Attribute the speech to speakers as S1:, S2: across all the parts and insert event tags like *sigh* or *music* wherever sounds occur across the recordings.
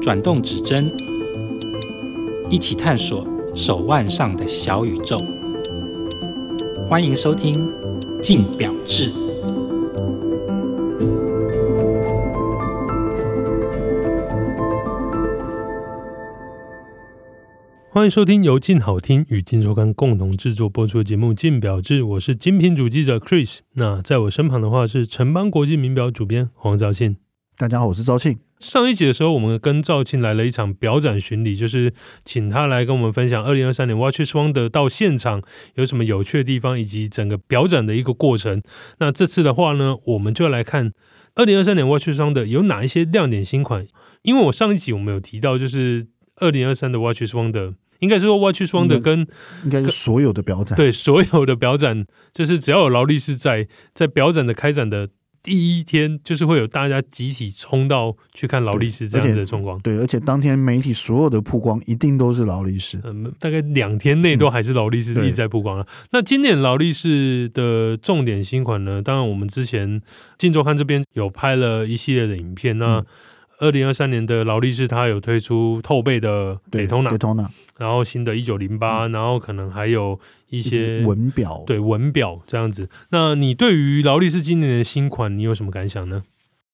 S1: 转动指针，一起探索手腕上的小宇宙。欢迎收听《静表志》。
S2: 欢迎收听由静好听与静周刊共同制作播出的节目《静表志》，我是精品主记者 Chris。那在我身旁的话是城邦国际名表主编黄兆信。
S3: 大家好，我是赵庆。
S2: 上一集的时候，我们跟赵庆来了一场表展巡礼，就是请他来跟我们分享二零二三年 Watch Wonder 到现场有什么有趣的地方，以及整个表展的一个过程。那这次的话呢，我们就来看二零二三年 Watch Wonder 有哪一些亮点新款。因为我上一集我们有提到，就是二零二三的 Watch Wonder，应该是说 Watch Wonder
S3: 嗯
S2: 跟
S3: *laughs* 应该是所有的表展，
S2: 对所有的表展，就是只要有劳力士在，在表展的开展的第一天，就是会有大家集体冲到去看劳力士这样子的状况。
S3: 对而且当天媒体所有的曝光一定都是劳力士。
S2: 嗯，大概两天内都还是劳力士
S3: 嗯对
S2: 一直在曝光啊。那今年劳力士的重点新款呢？当然，我们之前《镜周刊》这边有拍了一系列的影片。那
S3: 嗯
S2: 二零二三年的劳力士，它有推出透背的
S3: 对
S2: 雷通拿
S3: 雷，通纳
S2: 然后新的1908，然后可能还有一
S3: 一
S2: 些
S3: 文表，
S2: 对文表这样子。那你对于劳力士今年的新款，你有什么感想呢？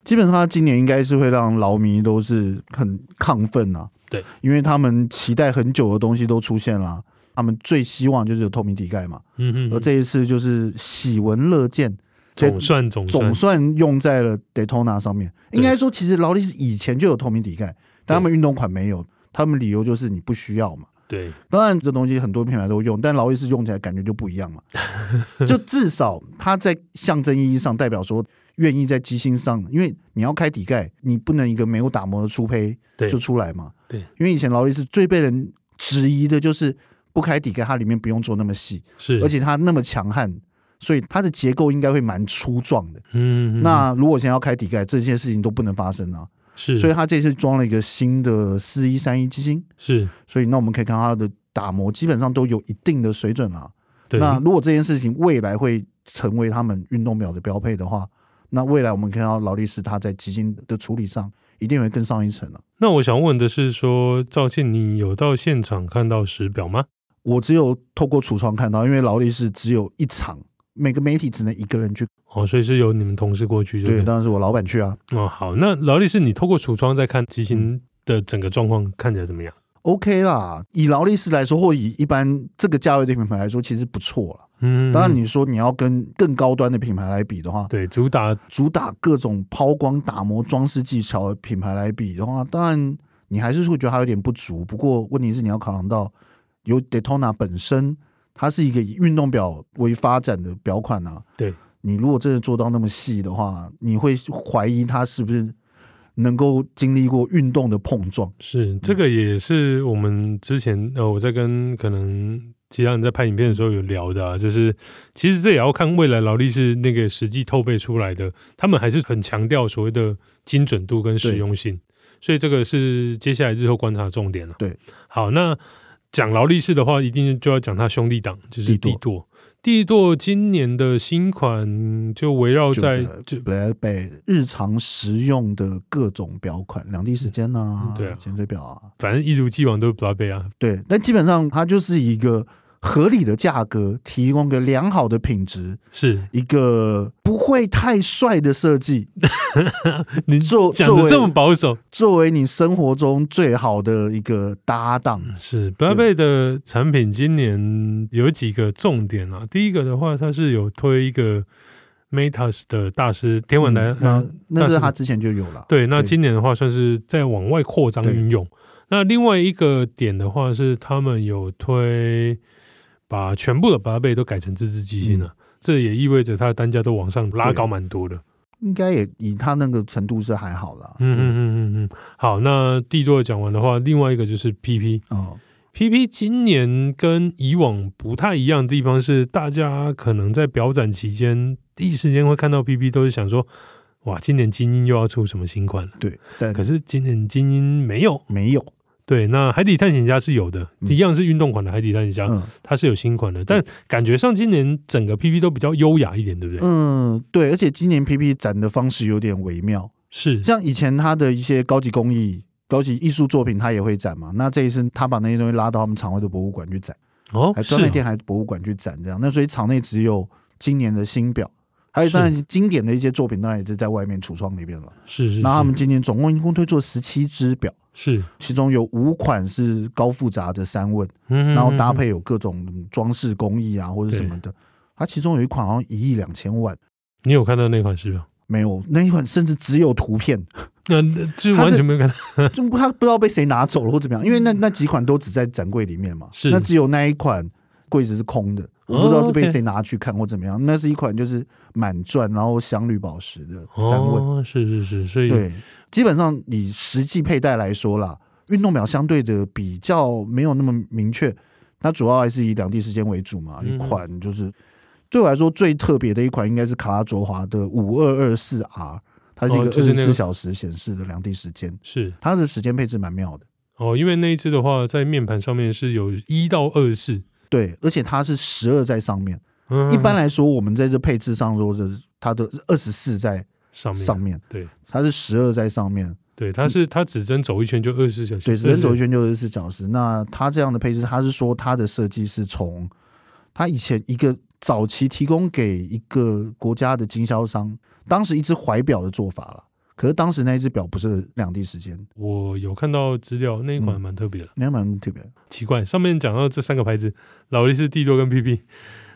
S3: 基本上他今年应该是会让劳迷都是很亢奋啊。
S2: 对，
S3: 因为他们期待很久的东西都出现了啊，他们最希望就是有透明底盖嘛。
S2: 嗯
S3: 而
S2: 哼，
S3: 呃这一次就是喜闻乐见，这
S2: 总算总算
S3: 总算用在了 Daytona 上面。
S2: 对
S3: 应该说，其实劳力士以前就有透明底盖，但他们运动款没有，他们理由就是你不需要嘛。
S2: 对，
S3: 当然，这东西很多品牌都用，但劳力士用起来感觉就不一
S2: *laughs*
S3: 样嘛。就至少它在象征意义上代表说愿意在机芯上，因为你要开底盖，你不能一个没有打磨的粗胚
S2: 对
S3: 就出来嘛。
S2: 对
S3: 因为以前劳力士最被人质疑的就是不开底盖，它里面不用做那么细，
S2: 是，
S3: 而且它那么强悍，所以它的结构应该会蛮粗壮的。
S2: 嗯，嗯
S3: 那如果现在要开底盖，这些事情都不能发生啊。
S2: 是，
S3: 所以它这次装了一个新的四一三一机芯。
S2: 是
S3: 所以那我们可以看到它的打磨基本上都有一定的水准啦。
S2: 对，
S3: 那如果这件事情未来会成为他们运动表的标配的话，那未来我们看到劳力士它在基金的处理上一定会更上一层啊了。
S2: 那我想问的是说赵庆，你有到现场看到实表吗？
S3: 我只有透过橱窗看到，因为劳力士只有一场，每个媒体只能一个人去。
S2: 哦，所以是由你们同事过去
S3: 对，
S2: 不
S3: 当然是我老板去啊。
S2: 哦，好，那劳力士，你透过橱窗在看
S3: 嗯
S2: 机型的整个状况，看起来怎么样？
S3: OK 啦，以劳力士来说，或以一般这个价位的品牌来说，其实不错了。
S2: 嗯，
S3: 当然，你说你要跟更高端的品牌来比的话，
S2: 对主打
S3: 主打各种抛光、打磨、装饰技巧的品牌来比的话，当然你还是会觉得它有点不足。不过问题是你要考量到，有 Daytona 本身，它是一个以运动表为发展的表款啊。
S2: 对，
S3: 你如果真的做到那么细的话，你会怀疑它是不是能够经历过运动的碰撞。
S2: 是
S3: 嗯
S2: 这个也是我们之前呃我在跟可能其他人在拍影片的时候有聊的、啊，就是其实这也要看未来劳力士那个实际透背出来的，他们还是很强调所谓的精准度跟实用性，所以这个是接下来日后观察的重点了、啊
S3: 对，
S2: 好，那讲劳力士的话，一定就要讲它兄弟党，就是
S3: 帝
S2: 帝
S3: 舵
S2: 舵。帝舵今年的新款就围绕在就
S3: 就北北日常实用的各种表款，两地时间啊，
S2: 嗯对啊
S3: 潜水表啊，
S2: 反正一如既往都是 b l a b 啊，
S3: 对，但基本上它就是一个合理的价格，提供个良好的品质，
S2: 是
S3: 一个不会太帅的设计，
S2: *laughs* 你
S3: 作
S2: 讲的这
S3: 作
S2: 么
S3: 为
S2: 保守。
S3: 作为你生活中最好的一个搭档。
S2: 是 b l 贝的产品今年有几个重点啊。第一个的话，它是有推一个 Metas 的大师天文台、
S3: 嗯那那
S2: 但
S3: 是
S2: 是
S3: 它之前就有了，
S2: 对，那
S3: 对
S2: 今年的话算是在往外扩张
S3: 对
S2: 运用。那另外一个点的话是，他们有推把全部的 b l 贝都改成自制机芯了、这也意味着它的单价都往上拉
S3: 嗯对
S2: 高蛮多的。
S3: 应该也以它那个程度是还好啦。
S2: 嗯嗯嗯嗯嗯。好，那帝舵讲完的话，另外一个就是 PP。
S3: 嗯，哦，
S2: PP 今年跟以往不太一样的地方是，大家可能在表展期间第一时间会看到 PP，都是想说，哇，今年精英又要出什么新款了。
S3: 对，但
S2: 可是今年精英没有，
S3: 没有，
S2: 对，那海底探险家是有的，
S3: 嗯
S2: 一样是运动款的海底探险家，
S3: 嗯
S2: 它是有新款的，但感觉上今年
S3: 嗯
S2: 整个 PP 都比较优雅一点，对不对？
S3: 嗯，对，而且今年 PP 展的方式有点微妙，
S2: 是
S3: 像以前他的一些高级工艺、高级艺术作品，他也会展嘛。那这一次他把那些东西拉到他们场外的博物馆去展，
S2: 哦，
S3: 还
S2: 是
S3: 专卖店还博物馆去展这样。那所以场内只有今年的新表，还有
S2: 是
S3: 当然经典的一些作品，当然也是在外面橱窗里面了
S2: 哦。是是，
S3: 那他们
S2: 是
S3: 今年总共一共推出了十七只表，
S2: 是，
S3: 其中有五款是高复杂的三问，
S2: 嗯，
S3: 然后搭
S2: 嗯
S3: 配有各种装饰工艺啊或者什么的。它其中有一款好像一亿两千万，
S2: 你有看到那款是吧？
S3: 没有那一款甚至只有图片，
S2: 那那就
S3: 它
S2: 完
S3: 这
S2: 全没有看到，
S3: 就不他不知道被谁拿走了或怎么样，因为那那几款都只在展柜里面嘛，
S2: 嗯是哦
S3: 那只有那一款柜子是空的，我不知道是被
S2: OK
S3: 谁拿去看或怎么样。那是一款就是满钻，然后镶绿宝石的三问，
S2: 哦，是是是，所以
S3: 对，基本上以实际佩戴来说啦，运动表相对的比较没有那么明确，它主要还是以两地时间为主嘛。
S2: 嗯
S3: 一款就是对我来说最特别的一款应该是卡拉卓华的五二二四 R，它是一
S2: 哦
S3: 个
S2: 就是
S3: 二十
S2: 那个
S3: 四小时显示的两地时间，
S2: 是
S3: 它的时间配置蛮妙的。
S2: 哦，因为那一只的话，在面盘上面是有一到二四，
S3: 对，而且它是十二在上面。
S2: 嗯，
S3: 一般来说，我们在这配置上说的，它的二十四在
S2: 上面
S3: 上面，
S2: 对
S3: 它是十二在上面，
S2: 对，它是它指针走一圈就二十四小时，
S3: 对，只能走一
S2: 圈，
S3: 圈就二十四小时。那它这样的配置，它是说它的设计是从它以前一个早期提供给一个国家的经销商，当时一只怀表的做法了。可是当时那一只表不是两地时间，
S2: 我有看到资料，那一款
S3: 嗯
S2: 蛮特别的，
S3: 那蛮特别的。
S2: 奇怪，上面讲到这三个牌子，劳力士、帝多跟 PP，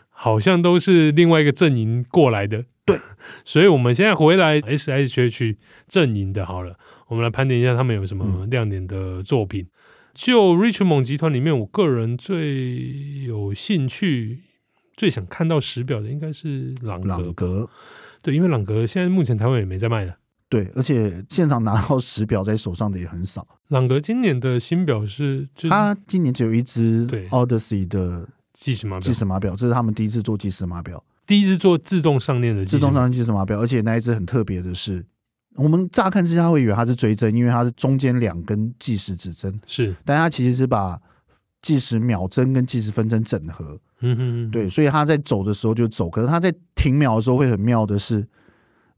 S2: 好像都是另外一个阵营过来的。
S3: 对，
S2: *laughs* 所以我们现在回来 S H H 阵营的好了，我们来盘点一下他们有什么
S3: 嗯
S2: 亮点的作品。就 Richmond 集团里面，我个人最有兴趣、最想看到实表的应该是朗格。
S3: 朗格
S2: 对，因为朗格现在目前台湾也没在卖了。
S3: 对，而且现场拿到实表在手上的也很少。
S2: 朗格今年的新表是就是
S3: 它今年只有一只
S2: 对
S3: Odyssey 的
S2: 计时码表
S3: 计，时码表，这是他们第一次做计时码表，
S2: 第一次做自动上链的计时
S3: 自动
S2: 码
S3: 上链计时码表，而且那一只很特别的是，我们乍看之下会以为它是追针，因为它是中间两根计时指针，
S2: 是，
S3: 但它其实是把计时秒针跟计时分针整合，
S2: 嗯哼哼，
S3: 对，所以它在走的时候就走，可是它在停秒的时候会很妙的是，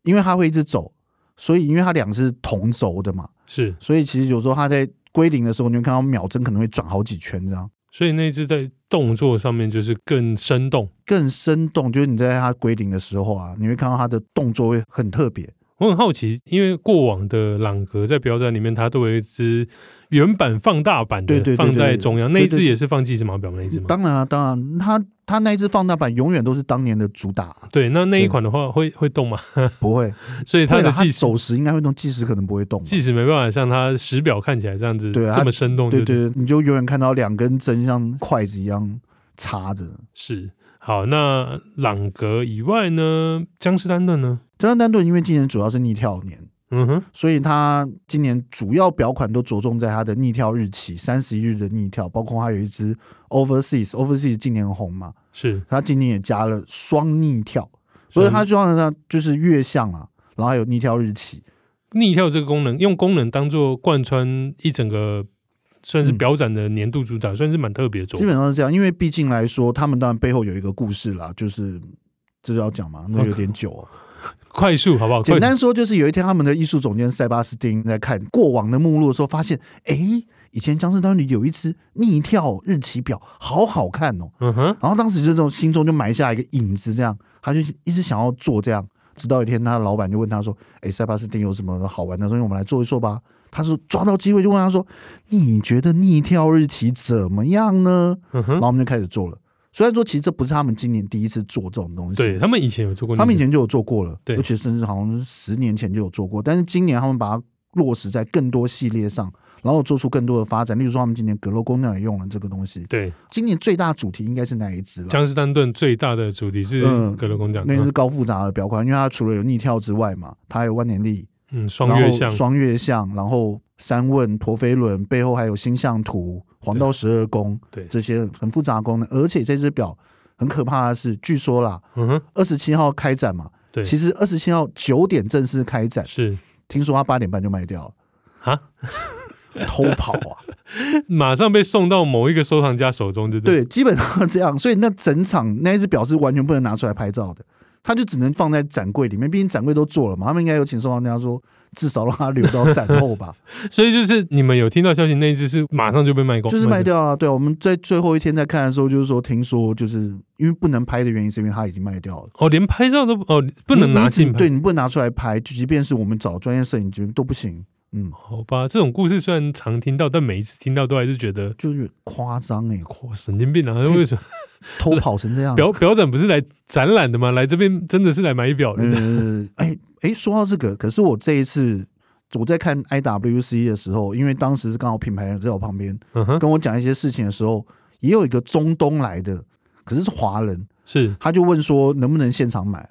S3: 因为它会一直走，所以因为它两个是同轴的嘛，
S2: 是，
S3: 所以其实有时候它在归零的时候，你会看到秒针可能会转好几圈这样。
S2: 所以那一只在动作上面就是更生动。
S3: 更生动，就是你在它归零的时候啊，你会看到它的动作会很特别，
S2: 我很好奇，因为过往的朗格在表展里面，它都有一只原版放大版
S3: 对
S2: 的
S3: 对对
S2: 放在
S3: 对
S2: 中央，那
S3: 对
S2: 一
S3: 对
S2: 只也是放计时码表那一只吗？
S3: 当然啊，当然，它它那一只放大版永远都是当年的主打，
S2: *laughs*
S3: 啊
S2: 对，那那一款的话会会动吗？
S3: 不会，
S2: 所以它
S3: 会啊
S2: 的
S3: 啦它
S2: 计时
S3: 手时应该会动，计时可能不会动吧。啊
S2: 计时没办法像它时表看起来这样子
S3: 对啊
S2: 这么生动，
S3: 对
S2: 就
S3: 对，对你就永远看到两根针像筷子一样插着。
S2: 是。好，那朗格以外呢，江诗丹顿呢？
S3: 江丹顿因为今年主要是逆跳年，
S2: 嗯哼，
S3: 所以它今年主要表款都着重在它的逆跳日期，三十一日的逆跳，包括它有一只 Overseas，Overseas 今年很红嘛，
S2: 是
S3: 它今年也加了双逆跳，所以它就像它就是月相啊，然后还有逆跳日期，
S2: 逆跳这个功能，用功能当做贯穿一整个算是
S3: 嗯
S2: 表展的年度主打，算是蛮特别的做
S3: 基本上是这样，因为毕竟来说，他们当然背后有一个故事啦，就是这要讲嘛，那有点久、 *laughs* 哦。
S2: 快速好不好？
S3: 简
S2: 快
S3: 单说，就是有一天他们的艺术总监塞巴斯汀在看过往的目录的时候，发现，哎，以前江诗丹里有一只逆跳日期表，好好看哦。
S2: 速，嗯哼，
S3: 然后当时就这种心中就埋下一个影子，这样，他就一直想要做这样。直到有一天，他的老板就问他说：“哎，塞巴斯汀有什么好玩的东西？我们来做一做吧。”他说抓到机会就问他说：“你觉得逆跳日期怎么样呢？”
S2: 嗯
S3: 然
S2: 哼，
S3: 后我们就开始做了。虽然说其实这不是他们今年第一次做这种东西，
S2: 对他们以前有做过那个，
S3: 他们以前就有做过了，
S2: 对
S3: 而且甚至好像是十年前就有做过，但是今年他们把它落实在更多系列上，然后做出更多的发展。例如说，他们今年阁楼工匠也用了这个东西，
S2: 对
S3: 今年最大主题应该是那一只了。
S2: 江诗丹顿最大的主题是
S3: 嗯
S2: 格勒工匠，
S3: 那
S2: 嗯
S3: 是高复杂的表款，因为它除了有逆跳之外嘛，它还有万年历，
S2: 嗯双
S3: 然
S2: 月
S3: 后
S2: 像
S3: 双月相，然后三问、陀飞轮，背后还有星象图、黄道十二宫，
S2: 对
S3: 这些很复杂的功能。而且这只表很可怕的是，据说啦，
S2: 嗯哼，
S3: 二十七号开展嘛，
S2: 对
S3: 其实二十七号九点正式开展，
S2: 是
S3: 听说他八点半就卖掉了，
S2: 啊，
S3: 偷跑啊！
S2: 马上被送到某一个收藏家手中，对不对？
S3: 对，基本上是这样，所以那整场那一只表是完全不能拿出来拍照的，它就只能放在展柜里面，毕竟展柜都做了嘛，他们应该有请收藏家说，至少让它留到展后
S2: *laughs*
S3: 吧，
S2: 所以就是你们有听到消息，那一只是马上就被卖光，
S3: 就是卖。掉了。对啊，我们在最后一天在看的时候，就是说听说就是因为不能拍的原因，是因为它已经卖掉了。
S2: 哦，连拍照都不哦不
S3: 你
S2: 能拿
S3: 你只
S2: 进拍
S3: 对，你不能拿出来拍，就即便是我们找专业摄影机都不行。嗯，
S2: 好吧，这种故事虽然常听到，但每一次听到都还是觉得，
S3: 就是夸张哎，
S2: 哇，神经病啊！为什么
S3: 偷跑
S2: *laughs*
S3: 成这样。
S2: 表表展不是来展览的吗？来这边真的是来买表的。
S3: 呃，哎哎，说到这个，可是我这一次我在看 IWC 的时候，因为当时是刚好品牌人在我旁边
S2: 嗯哼，
S3: 跟我讲一些事情的时候，也有一个中东来的，可是是华人，
S2: 是
S3: 他就问说能不能现场买？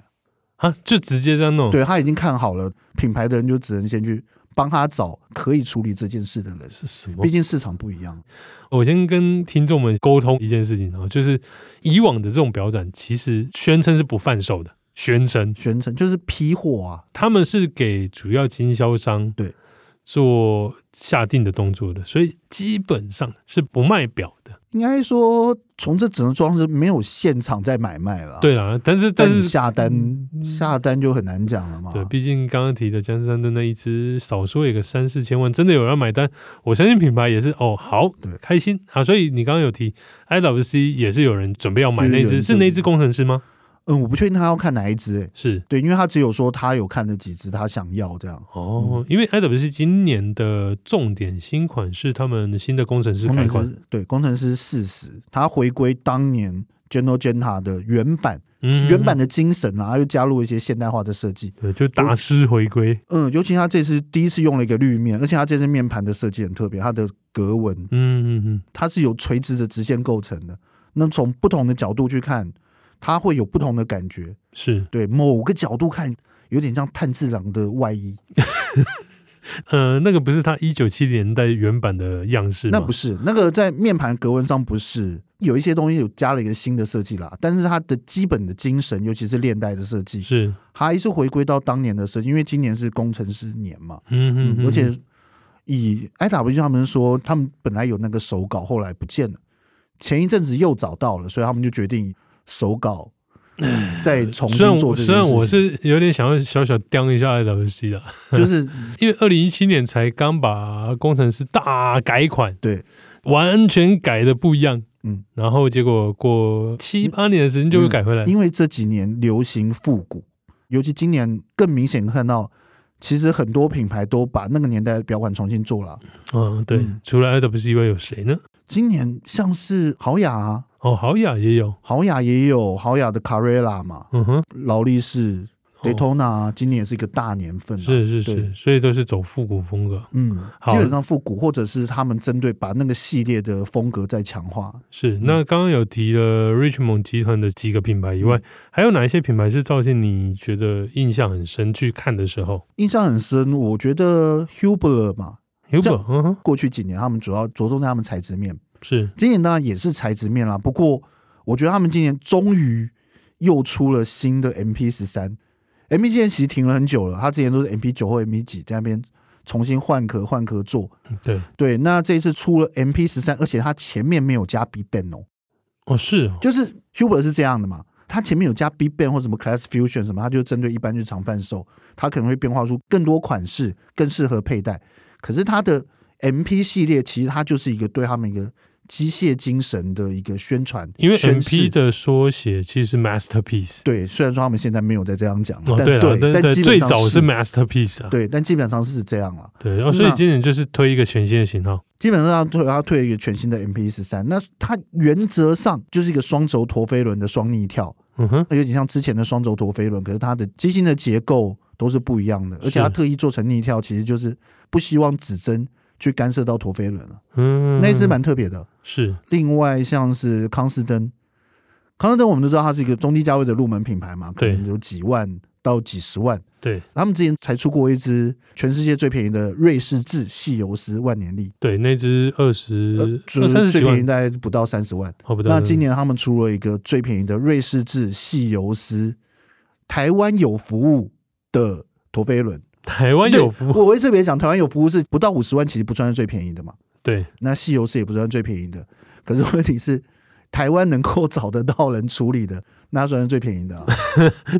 S2: 啊，就直接这样弄。
S3: 对他已经看好了，品牌的人就只能先去帮他找可以处理这件事的人。
S2: 是什么
S3: 毕？竟市场不一样，
S2: 我先跟听众们沟通一件事情啊，就是以往的这种表展，其实宣称是不贩售的，宣称
S3: 全程就是批货啊，
S2: 他们是给主要经销商
S3: 对
S2: 做下定的动作的，所以基本上是不卖表的。
S3: 应该说从这整个装饰没有现场在买卖了。，啊
S2: 对啦，但是但
S3: 但你
S2: 是嗯
S3: 下单下单就很难讲了嘛。
S2: 对，毕竟刚刚提的江诗山的那一只，少说也个三四千万，真的有人要买单，我相信品牌也是哦，好
S3: 对，
S2: 开心啊。所以你刚刚有提 IWC 也是有人准备要买
S3: 就是
S2: 那
S3: 有
S2: 只，
S3: 人
S2: 是那只工程师吗？
S3: 嗯，我不确定他要看哪一只、欸，
S2: 是
S3: 对，因为他只有说他有看了几只，他想要这样。
S2: 哦，因为 IWC 今年的重点新款是他们新的工程师
S3: 工
S2: 改
S3: 程
S2: 款，
S3: 师对工程师四十，他回归当年 General Genta 的原版、
S2: 嗯
S3: 原版的精神啦、啊，又加入一些现代化的设计。
S2: 对，就大师回归，
S3: 嗯，尤其他这次第一次用了一个绿面，而且他这次面盘的设计很特别，它的格纹
S2: 嗯嗯嗯。
S3: 它是由垂直的直线构成的。那从不同的角度去看，它会有不同的感觉。
S2: 是，
S3: 对某个角度看，有点像炭治郎的外衣，
S2: 呃，那个不是他一九七零年代原版的样式吗？
S3: 那不是那个在面盘格纹上不是有一些东西有加了一个新的设计啦，但是它的基本的精神，尤其是链带的设计，
S2: 是，
S3: 还是回归到当年的设计，因为今年是工程师年嘛，
S2: 嗯嗯，
S3: 而且以 I W 他们说，他们本来有那个手稿，后来不见了，前一阵子又找到了，所以他们就决定手稿再重新
S2: 虽然
S3: 做
S2: 我
S3: 这件事情。
S2: 虽然我是有点想要小小刁一下 IWC 的，
S3: 就是
S2: 因为二零一七年才刚把工程师大改款，
S3: 对，
S2: 完全改的不一样，
S3: 嗯，
S2: 然后结果过七八年的时间就会改回来，
S3: 因为这几年流行复古，尤其今年更明显看到，其实很多品牌都把那个年代的表款重新做了。
S2: 嗯，对
S3: 嗯，
S2: 除了 IWC 以外有谁呢？
S3: 今年像是豪雅、啊，
S2: 哦，好雅也有，
S3: 豪雅也有豪雅的 Carrera 嘛，
S2: 嗯哼，
S3: 劳力士、
S2: 哦
S3: Daytona，、啊、今年也是一个大年份、啊。
S2: 是是
S3: 对
S2: 是，所以都是走复古风格，
S3: 嗯，
S2: 好
S3: 基本上复古，或者是他们针对把那个系列的风格再强化。
S2: 是，
S3: 嗯
S2: 那刚刚有提了 Richmond 集团的几个品牌以外，还有哪一些品牌是赵信你觉得印象很深？去看的时候
S3: 印象很深，我觉得 Huber 嘛，
S2: ，Huber，嗯哼，
S3: 过去几年他们主要着重在他们材质面，
S2: 是
S3: 今年当然也是材质面啦。不过我觉得他们今年终于又出了新的 MP 十三，MP 现在其实停了很久了，它之前都是 MP 九或 MP 几在那边重新换壳换壳做。
S2: 对，
S3: 对，那这一次出了 MP 十三，而且它前面没有加 B Ban 哦，
S2: 哦是哦，
S3: 就是 Huber 是这样的嘛，它前面有加 Big Bang 或什么 Class Fusion 什么，它就针对一般日常贩售，它可能会变化出更多款式，更适合佩戴。可是它的 MP 系列其实它就是一个对他们一个机械精神的一个宣传，
S2: 因为
S3: 宣
S2: MP
S3: 示。
S2: 的缩写其实是 masterpiece，
S3: 对，虽然说他们现在没有在这样讲，
S2: 哦
S3: 但
S2: 对了，但
S3: 但
S2: 但
S3: 基
S2: 最
S3: 本上
S2: 早是 masterpiece 啊，
S3: 对，但基本上是这样了。
S2: 对，哦，所以
S3: 那
S2: 今年就是推一个全新的型号，
S3: 基本上它退它退了一个全新的 MP 十三，那它原则上就是一个双轴陀飞轮的双逆跳，
S2: 嗯哼，
S3: 有点像之前的双轴陀飞轮，可是它的机芯的结构都是不一样的，而且它特意做成逆跳，其实就是不希望指针去干涉到陀飞轮了，
S2: 嗯，
S3: 那一只蛮特别的。
S2: 是
S3: 另外像是康斯登，康斯登我们都知道它是一个中低价位的入门品牌嘛，可
S2: 对
S3: 能有几万到几十万。
S2: 对
S3: 他们之前才出过一只全世界最便宜的瑞士制细油丝万年历，
S2: 对，那只二十
S3: 呃最
S2: 二呃三十
S3: 最
S2: 几
S3: 便
S2: 万，
S3: 宜
S2: 哦
S3: 大概不到三十万。
S2: 好不得了
S3: 那今年他们出了一个最便宜的瑞士制细油丝，台湾有服务的陀飞轮。
S2: 台湾有服务，
S3: 我会特别讲，台湾有服务是不到五十万，其实不算是最便宜的嘛。
S2: 对，
S3: 那细油丝也不算最便宜的，可是问题是台湾能够找得到人处理的，那算是最便宜的啊、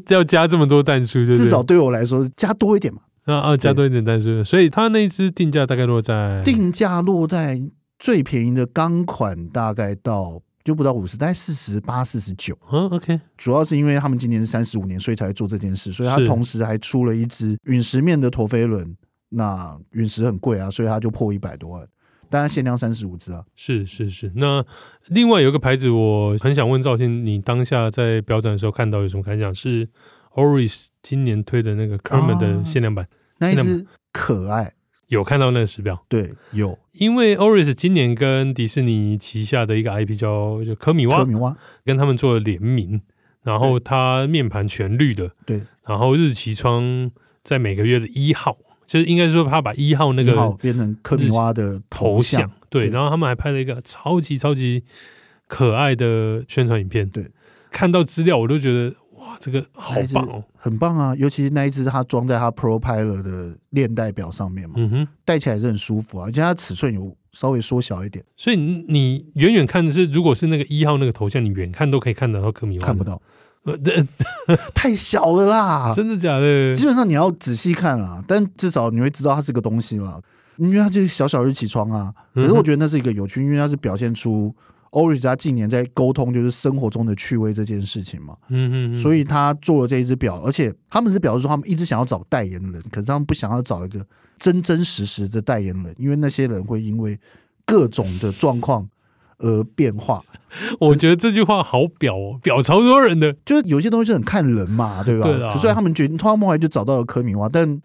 S2: 要加这么多弹珠，就是
S3: 至少对我来说加多一点嘛。
S2: 啊啊加多一点弹珠，所以它那一只定价大概落在
S3: 定价落在最便宜的钢款大概到就不到五十，大概四十八、四十九。
S2: 嗯 OK
S3: 主要是因为他们今年是三十五年，所以才会做这件事，所以他
S2: 是
S3: 同时还出了一支陨石面的陀飞轮。那陨石很贵啊，所以他就破一百多万，但它限量三十五只啊。
S2: 是是是。那另外有一个牌子，我很想问赵信，你当下在表展的时候看到有什么感想？是 Oris 今年推的那个 Kerman
S3: 哦
S2: 的限量版，
S3: 那一
S2: 真的
S3: 只可爱，
S2: 有看到那个时表？
S3: 对，有
S2: 因为 Oris 今年跟迪士尼旗下的一个 IP 叫就科米
S3: 科
S2: 蛙，
S3: 米蛙，
S2: 跟他们做了联名，然后它面盘全绿的，
S3: 对，
S2: 然后日期窗在每个月的一号，就是应该说他把一号那
S3: 一号
S2: 个
S3: 变成科米蛙的
S2: 头
S3: 头
S2: 像，
S3: 像，
S2: 对，
S3: 对
S2: 然后他们还拍了一个超级超级可爱的宣传影片，
S3: 对，
S2: 看到资料我都觉得哇，这个好
S3: 还是
S2: 棒哦，
S3: 很棒啊。尤其是那一只，它装在它 Pro Pilot 的链带表上面嘛，
S2: 嗯哼，
S3: 戴起来是很舒服啊，而且它尺寸有稍微缩小一点，
S2: 所以你你远远看的是，如果是那个一号那个头像，你远看都可以看得到科米蛙，
S3: 看不，到，
S2: 呃，这
S3: 太小了啦。
S2: 真的假的？
S3: 基本上你要仔细看啦，但至少你会知道它是个东西啦，因为它就是小小日起床啊。可是我觉得那是一个有趣，因为它是表现出 Orange 它近年在沟通就是生活中的趣味这件事情嘛。
S2: 嗯哼嗯哼，
S3: 所以他做了这一只表，而且他们是表示说他们一直想要找代言人，可是他们不想要找一个真真实实的代言人，因为那些人会因为各种的状况而变化。
S2: 我觉得这句话好表哦，表超多人的，
S3: 就是有些东西是很看人嘛，对吧？
S2: 对啊
S3: 就所以他们决定，他们后来就找到了科米蛙，但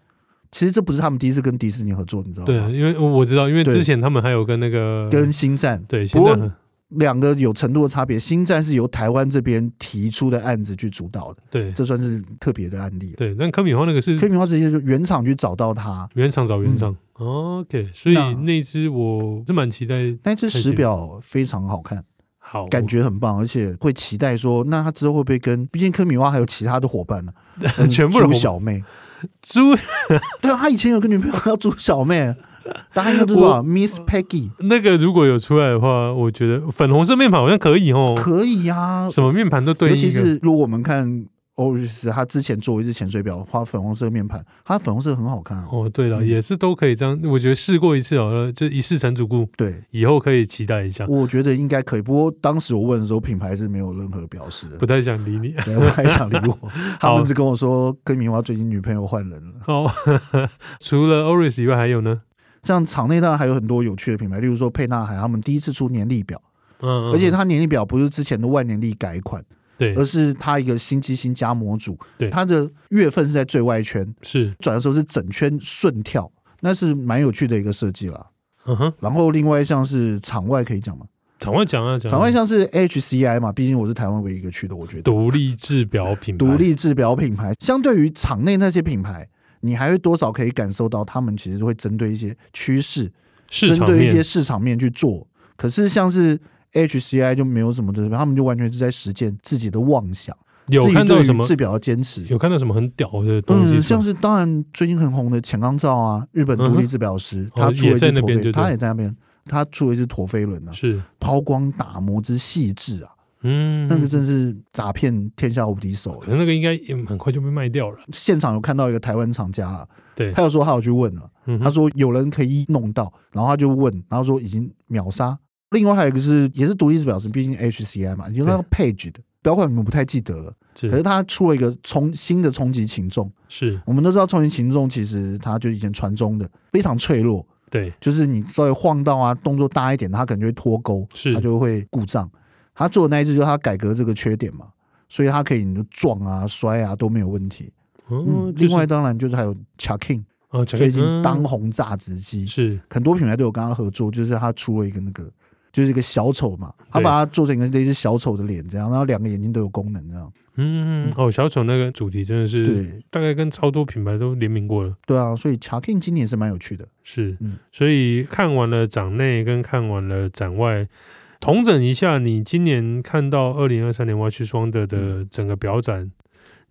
S3: 其实这不是他们第一次跟迪士尼合作，你知道
S2: 对，
S3: 吗？
S2: 因为我知道，因为
S3: 哦对
S2: 之前他们还有跟那个
S3: 跟星战
S2: 对，
S3: 不
S2: 现
S3: 过
S2: 在
S3: 两个有程度的差别，星战是由台湾这边提出的案子去主导的，
S2: 对
S3: 这算是特别的案例了。
S2: 对，但科米花那个是
S3: 科米蛙直接就原厂去找到他，
S2: 原厂找原厂、OK，所哦以
S3: 那
S2: 那只我是蛮期待，
S3: 那只
S2: 开
S3: 石
S2: 心
S3: 表非常好看，
S2: 哦好
S3: 感觉很棒，而且会期待说，那他之后会不会跟？毕竟科米蛙还有其他的
S2: *laughs*
S3: 伙伴呢、嗯
S2: 全部的伙
S3: 猪
S2: 伴
S3: 小妹。
S2: 猪
S3: 对啊，他以前有个女朋友叫猪小妹，大家应该都知道 Miss Peggy，
S2: 那个如果有出来的话，我觉得粉红色面盘好像可以哦，
S3: 可以呀、
S2: 什么面盘都对
S3: 尤
S2: 应
S3: 其
S2: 一个，
S3: 是如果我们看欧瑞斯，他之前做一只潜水表，花粉红色面盘，它粉红色很好看哦。
S2: 哦，对了，
S3: 嗯
S2: 也是都可以这样，我觉得试过一次好了，就一试成主顾，
S3: 对，
S2: 以后可以期待一下，
S3: 我觉得应该可以。不过当时我问的时候，品牌是没有任何
S2: *laughs*
S3: 表示的
S2: 不。太想理你。
S3: 对，我还想理
S2: *laughs*
S3: 我，他
S2: 好
S3: 们只跟我说，科米蛙最近女朋友换人了。
S2: 哦， *laughs* 除了 Oris 以外还有呢？
S3: 像场内当然还有很多有趣的品牌，例如说沛纳海，他们第一次出年历表，
S2: 嗯，嗯
S3: 而且呃
S2: 嗯
S3: 它年历表不是之前的万年历改款，
S2: 对
S3: 而是它一个新机新加模组，
S2: 对
S3: 它的月份是在最外圈，
S2: 是，
S3: 转的时候是整圈顺跳，那是蛮有趣的一个设计啦。
S2: 嗯哼，
S3: 然后另外像是场外可以讲嘛，
S2: 场外讲啊讲啊，
S3: 场外像是 HCI 嘛，毕竟我是台湾唯一一个去的，我觉得
S2: 独立制表品牌，
S3: 独立制表品牌，相对于场内那些品牌，你还会多少可以感受到他们其实会针对一些趋势。
S2: 市
S3: 针
S2: 场
S3: 对一
S2: 面
S3: 些市场面去做。可是像是 HCI 就没有什么这，他们就完全是在实践自己的妄想，
S2: 有
S3: 自己
S2: 看
S3: 对
S2: 到
S3: 于
S2: 什么？
S3: 制表的坚持。
S2: 有看到什么很屌的东西
S3: 嗯，
S2: 出来？
S3: 像是当然最近很红的浅冈照啊，日本独立制表师，
S2: 嗯哼
S3: 他
S2: 哦
S3: 出了一
S2: 也在
S3: 只
S2: 那
S3: 陀
S2: 边
S3: 飞，
S2: 对
S3: 他
S2: 对
S3: 也在那边，他出了一只陀飞轮啊，
S2: 是，
S3: 抛光打磨之细致啊，
S2: 嗯，
S3: 那个真是打遍天下无敌手
S2: 可。能那个应该也很快就被卖掉了。
S3: 现场有看到一个台湾厂家了，
S2: 对
S3: 他有说他有去问了。
S2: 嗯
S3: 他
S2: 哼，
S3: 说有人可以弄到，然后他就问，然后说已经秒杀。另外还有一个是也是独立式表示，毕竟 HCI 嘛，就是那个 Page 的表款，我们不太记得了。可是
S2: 是
S3: 他出了一个冲新的冲击擒纵，
S2: 是，
S3: 我们都知道冲击擒纵其实它就以前传中的非常脆弱，
S2: 对，
S3: 就是你稍微晃到啊，动作大一点，它可能就会脱钩，
S2: 是
S3: 它就会故障。他做的那一只就是他改革这个缺点嘛，所以他可以你就撞啊、摔啊都没有问题。
S2: 哦
S3: 嗯，，另外当然就是还有 Chucking，
S2: 哦，
S3: 最近当
S2: 红
S3: 红榨汁机，
S2: 是
S3: 很多品牌都有跟他合作，就是他出了一个那个，就是一个小丑嘛，他把它做成一个类似小丑的脸这样，然后两个眼睛都有功能这样。
S2: 嗯，哦，小丑那个主题真的是
S3: 对
S2: 大概跟超多品牌都联名过了。
S3: 对啊，所以 Chucking 今年是蛮有趣的。
S2: 是
S3: 嗯，
S2: 所以看完了展内跟看完了展外，统整一下，你今年看到二零二三年 YQ 双的的
S3: 嗯
S2: 整个表展，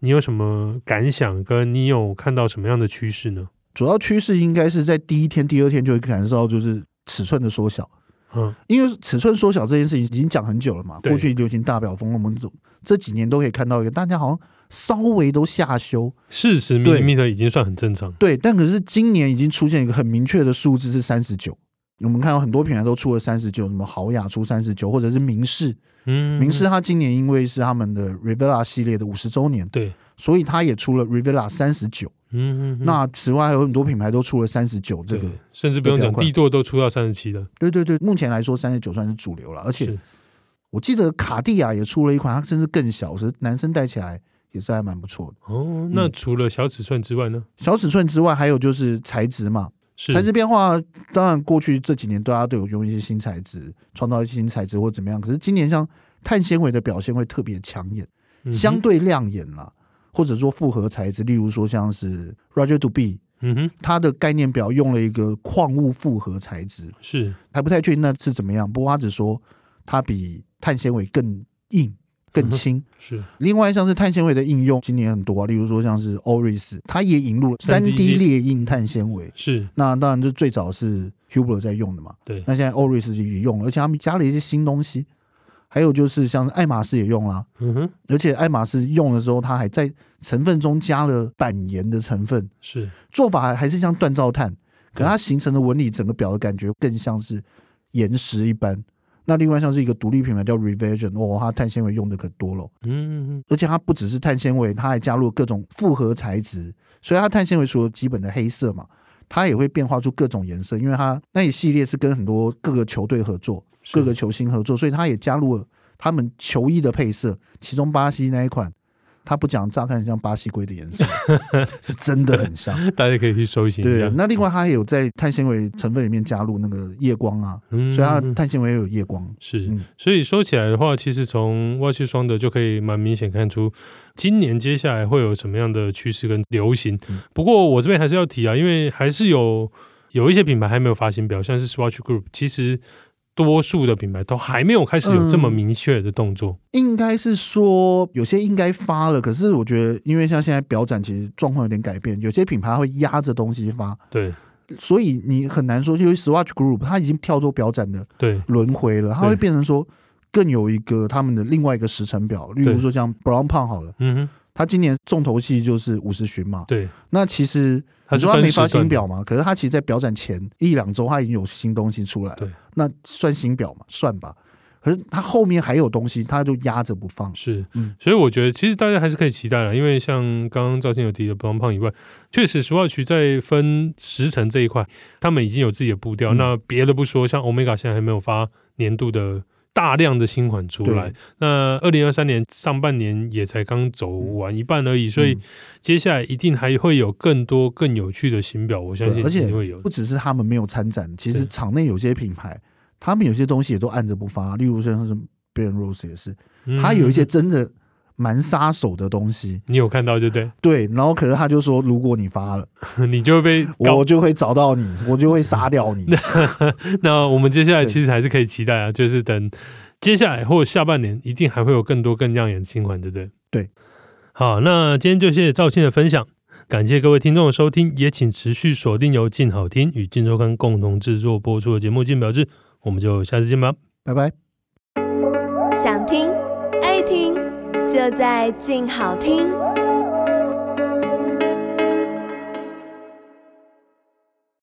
S2: 你有什么感想？跟你有看到什么样的趋势呢？
S3: 主要趋势应该是在第一天、第二天就会感受到，就是尺寸的缩小，
S2: 嗯
S3: 因为尺寸缩小这件事情已经讲很久了嘛，
S2: 对
S3: 过去流行大表风，我们总这几年都可以看到一个，大家好像稍微都下修，
S2: 四十
S3: 对
S2: mm 已经算很正常。
S3: 对，但可是今年已经出现一个很明确的数字是三十九。我们看到很多品牌都出了三十九，什么豪雅出三十九，或者是明仕。
S2: 嗯，
S3: 明啊仕它今年因为是他们的 Rivella 系列的五十周年，
S2: 对，
S3: 所以它也出了 Rivella 三十九。
S2: 嗯，嗯嗯
S3: 那此外还有很多品牌都出了三十九这个
S2: 对。甚至不用
S3: 这个
S2: 讲，
S3: 比较快
S2: 帝舵都出到三十七了，
S3: 对对对，目前来说三十九算是主流了，而且
S2: 是
S3: 我记得卡地亚也出了一款，它甚至更小，是男生戴起来也是还蛮不错的。
S2: 哦。那
S3: 嗯
S2: 除了小尺寸之外呢？
S3: 小尺寸之外，还有就是材质嘛，
S2: 是
S3: 材质变化，当然过去这几年大家都有用一些新材质，创造一些新材质或怎么样。可是今年像碳纤维的表现会特别抢眼，
S2: 嗯
S3: 相，对亮眼啦，或者说复合材质，例如说像是 Roger Duby，
S2: 嗯哼嗯哼，
S3: 它的概念表用了一个矿物复合材质，
S2: 是
S3: 还不太确定那是怎么样。不过他只说它比碳纤维更硬、更轻。
S2: 是，
S3: 另外像是碳纤维的应用，今年很多啊，例如说像是 Oris，它也引入了
S2: 3D
S3: 三 D 列印碳纤维。
S2: 是
S3: 那当然，就最早是 Huber 在用的嘛。
S2: 对
S3: 那现在 Oris 也用了，而且他们加了一些新东西。还有就是像是爱马仕也用啦，
S2: 嗯哼，
S3: 而且爱马仕用的时候，它还在成分中加了板岩的成分，
S2: 是
S3: 做法还还是像锻造碳，可它形成的纹理，整个表的感觉更像是岩石一般。那另外像是一个独立品牌叫 Revision，哦，它碳纤维用的可多了，
S2: 嗯， *laughs* 嗯
S3: 而且它不只是碳纤维，它还加入各种复合材质，所以它碳纤维除了基本的黑色嘛，它也会变化出各种颜色，因为它那一系列是跟很多各个球队合作，
S2: 是
S3: 各个球星合作，所以它也加入了他们球衣的配色，其中巴西那一款，它不讲乍看很像巴西龟的颜色，是真的很像。
S2: 嗯大家可以去搜寻一下
S3: 对，。那另外它还有在碳纤维成分里面加入那个夜光啊，
S2: 嗯
S3: 所以它
S2: 嗯嗯
S3: 碳纤维也有夜光。
S2: 是
S3: 嗯，
S2: 所以说起来的话，其实从外气双德就可以蛮明显看出，今年接下来会有什么样的趋势跟流行
S3: 嗯。
S2: 不过我这边还是要提啊，因为还是有有一些品牌还没有发行表，像是 Swatch Group，其实多数的品牌都还没有开始有这么
S3: 嗯
S2: 明确的动作。
S3: 应该是说有些应该发了，可是我觉得，因为像现在表展其实状况有点改变，有些品牌会压着东西发，
S2: 对
S3: 所以你很难说，因为 Swatch Group 它已经跳脱表展的
S2: 对，
S3: 轮回了，它会
S2: 对
S3: 变成说更有一个他们的另外一个时程表，例如
S2: 对
S3: 说像 Brown Pound 好了，
S2: 嗯哼，
S3: 它今年重头戏就是五十巡嘛，
S2: 对，
S3: 那其实
S2: 它
S3: 你
S2: 是
S3: 说它
S2: 分
S3: 没
S2: 时
S3: 发
S2: 段
S3: 新
S2: 的，
S3: 表嘛？可是它其实，在表展前一两周，它已经有新东西出来
S2: 对
S3: 了。那算新表嘛？算吧。可是它后面还有东西，它就压着不放。
S2: 是
S3: 嗯，
S2: 所以我觉得其实大家还是可以期待了，因为像刚刚赵天有提的胖胖以外，确实 Swatch 在分时辰这一块，他们已经有自己的步调。
S3: 嗯
S2: 那别的不说，像 Omega 现在还没有发年度的大量的新款出来
S3: 对，
S2: 那二零二三年上半年也才刚走完一半而已，所以
S3: 嗯
S2: 接下来一定还会有更多更有趣的新表，我相信
S3: 对而且
S2: 一定会有
S3: 不。只是他们没有参展，其实
S2: 对
S3: 场内有些品牌，他们有些东西也都按着不发。例如像是 Ben Rose 也是，
S2: 嗯
S3: 他有一些真的蛮杀手的东西。
S2: 你有看到对不 *laughs* 对？
S3: 对，然后可是他就说，如果你发了，
S2: 你就会被搞
S3: 我就会找到你，我就会杀掉
S2: *laughs*
S3: 你。
S2: 那我们接下来
S3: 对
S2: 其实还是可以期待啊，就是等接下来或者下半年，一定还会有更多更亮眼的新款，对不对？
S3: 对。
S2: 好，那今天就谢谢赵庆的分享，感谢各位听众的收听，也请持续锁定由静好听与静周刊共同制作播出的节目《静表志》，我们就下次见吧。
S3: 拜拜。
S4: 想听爱听，就在静好听。